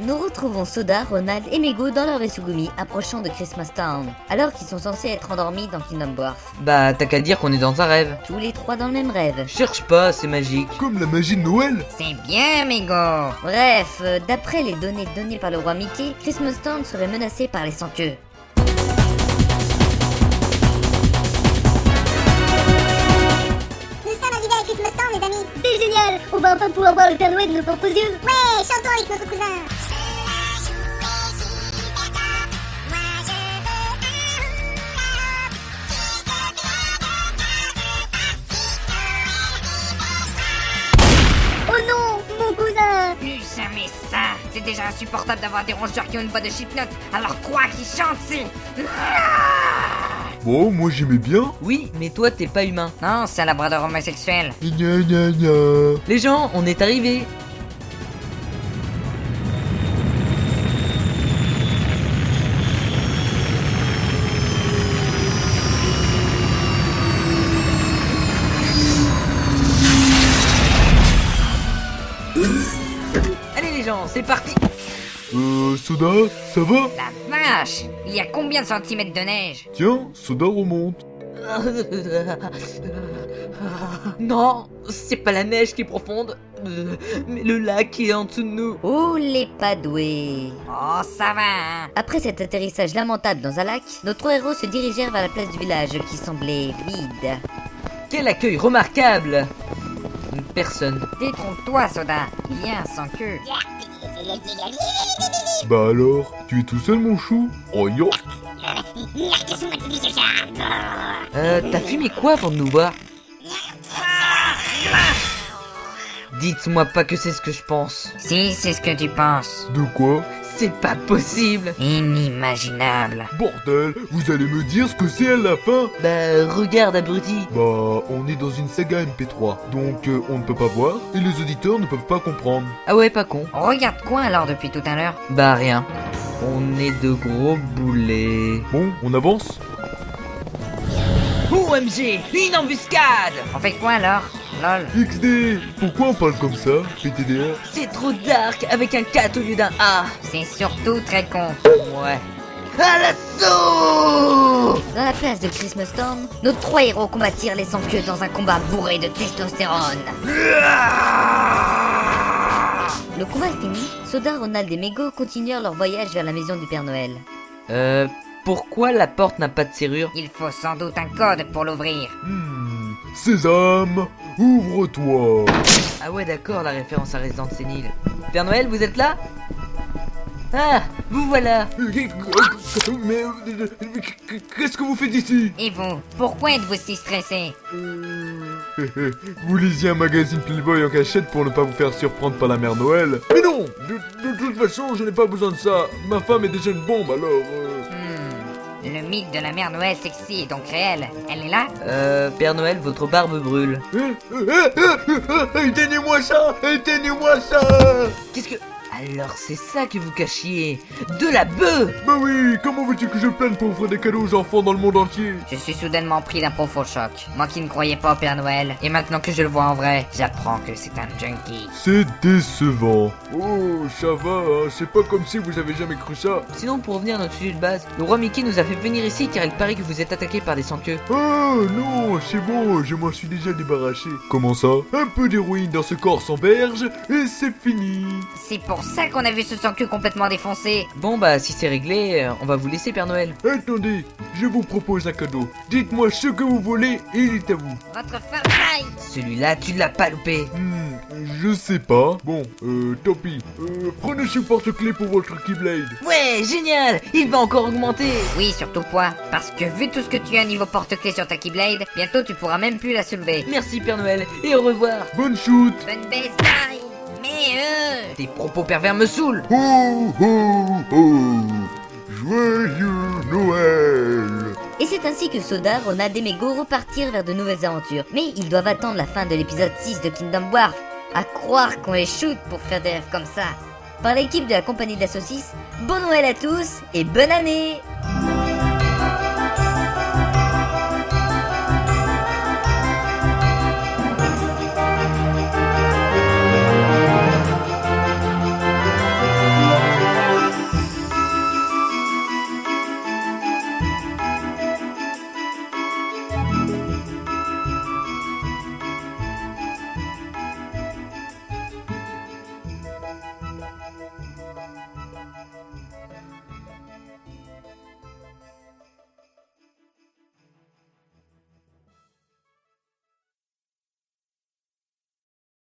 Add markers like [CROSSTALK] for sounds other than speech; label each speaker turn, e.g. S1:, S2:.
S1: nous retrouvons Soda, Ronald et Mego dans leur Vesugumi, approchant de Christmas Town, alors qu'ils sont censés être endormis dans Kingdom Wharf.
S2: Bah, t'as qu'à dire qu'on est dans un rêve.
S1: Tous les trois dans le même rêve.
S2: Cherche pas, c'est magique.
S3: Comme la magie de Noël
S4: C'est bien, Mego
S1: Bref, euh, d'après les données données par le roi Mickey, Christmas Town serait menacé par les sans-queues.
S5: Nous sommes arrivés à Christmas Town, les amis.
S6: C'est génial On va enfin pouvoir voir le Père Noël nous propose yeux
S5: Ouais, chantons avec notre cousin.
S6: Oh non Mon cousin
S4: Plus jamais ça C'est déjà insupportable d'avoir des rongeurs qui ont une voix de chipnote, alors trois qui chantent, c'est...
S3: Bon, moi j'aimais bien.
S2: Oui, mais toi, t'es pas humain.
S4: Non, c'est un labrador homosexuel.
S3: Gna gna Euh, gna.
S2: Les gens, on est arrivés. Allez les gens, c'est parti
S3: Euh, Soda, ça va
S4: La vache Il y a combien de centimètres de neige
S3: Tiens, Soda remonte.
S2: [LAUGHS] Non, c'est pas la neige qui est profonde, mais le lac qui est en dessous de nous.
S1: Oh les pas doués
S4: Oh, ça va, hein
S1: Après cet atterrissage lamentable dans un lac, nos trois héros se dirigèrent vers la place du village qui semblait vide.
S2: Quel accueil remarquable Personne.
S4: Détrompe-toi, Soda Il y a un sans-queue.
S3: Bah alors, tu es tout seul mon chou Oh yo
S2: Euh, t'as fumé quoi avant de nous voir Dites-moi pas que c'est ce que je pense.
S4: Si, c'est ce que tu penses.
S3: De quoi
S2: C'est pas possible
S4: Inimaginable.
S3: Bordel, vous allez me dire ce que c'est à la fin
S2: Bah, regarde, abruti
S3: Bah, on est dans une saga MP3, donc euh, on ne peut pas voir et les auditeurs ne peuvent pas comprendre.
S2: Ah ouais, pas con.
S4: Regarde quoi alors depuis tout à l'heure
S2: Bah, rien. On est de gros boulets.
S3: Bon, on avance
S2: OMG Une embuscade
S4: On fait quoi alors Lol.
S3: XD Pourquoi on parle comme ça, PTDR
S2: C'est trop dark avec un 4 au lieu d'un A
S4: C'est surtout très con.
S2: Ouais. À l'assaut
S1: Dans la place de Christmas Town, nos trois héros combattirent les sans-queues dans un combat bourré de testostérone. Le combat fini, Soda, Ronald et Mego continuèrent leur voyage vers la maison du Père Noël.
S2: Euh, pourquoi la porte n'a pas de serrure
S4: Il faut sans doute un code pour l'ouvrir.
S3: Hmm, Sésame, ouvre-toi
S2: Ah ouais, d'accord, la référence à Resident Evil. Père Noël, vous êtes là Ah, vous voilà
S3: Mais euh, qu'est-ce que vous faites ici
S4: Et vous, pourquoi êtes-vous si stressé
S3: Euh, Vous lisiez un magazine Playboy en cachette pour ne pas vous faire surprendre par la mère Noël Mais non De, de toute façon, je n'ai pas besoin de ça. Ma femme est déjà une bombe, alors... euh,
S4: Hmm. Le mythe de la mère Noël sexy est donc réel. Elle est là
S2: Euh, Père Noël, votre barbe brûle.
S3: euh, euh, euh, euh, euh, Éteignez-moi ça Éteignez-moi ça
S2: Qu'est-ce que... Alors c'est ça que vous cachiez De la bœuf
S3: Bah oui, comment veux-tu que je plane pour offrir des cadeaux aux enfants dans le monde entier
S4: Je suis soudainement pris d'un profond choc. Moi qui ne croyais pas au Père Noël, et maintenant que je le vois en vrai, j'apprends que c'est un junkie.
S3: C'est décevant. Oh, ça va, hein, c'est pas comme si vous avez jamais cru ça.
S2: Sinon, pour revenir à notre sujet de base, le roi Mickey nous a fait venir ici car il paraît que vous êtes attaqué par des sans-queues.
S3: Oh non, c'est bon, je m'en suis déjà débarrassé. Comment ça Un peu d'héroïne dans ce corps sans berge, et c'est fini.
S4: C'est pour ça qu'on a vu ce sang-cul complètement défoncé.
S2: Bon bah, si c'est réglé, euh, on va vous laisser Père Noël.
S3: Attendez, je vous propose un cadeau. Dites-moi ce que vous voulez et il est à vous.
S4: Votre femme Aïe
S2: Celui-là, tu l'as pas loupé
S3: Hmm, je sais pas. Bon, euh, tant pis. Euh, prenez ce porte-clé pour votre Keyblade.
S2: Ouais, génial Il va encore augmenter
S4: Oui, surtout quoi Parce que vu tout ce que tu as niveau porte-clés sur ta Keyblade, bientôt tu pourras même plus la soulever.
S2: Merci Père Noël, et au revoir
S3: Bonne shoot
S4: Bonne baisse, bye Mais euh...
S2: Tes propos pervers me saoulent
S3: Oh, oh, oh Joyeux Noël
S1: Et c'est ainsi que Soda, Ronald et Mego repartirent vers de nouvelles aventures. Mais ils doivent attendre la fin de l'épisode 6 de Kingdom Wharf. À croire qu'on les shoot pour faire des rêves comme ça. Par l'équipe de la compagnie de la saucisse, bon Noël à tous et bonne année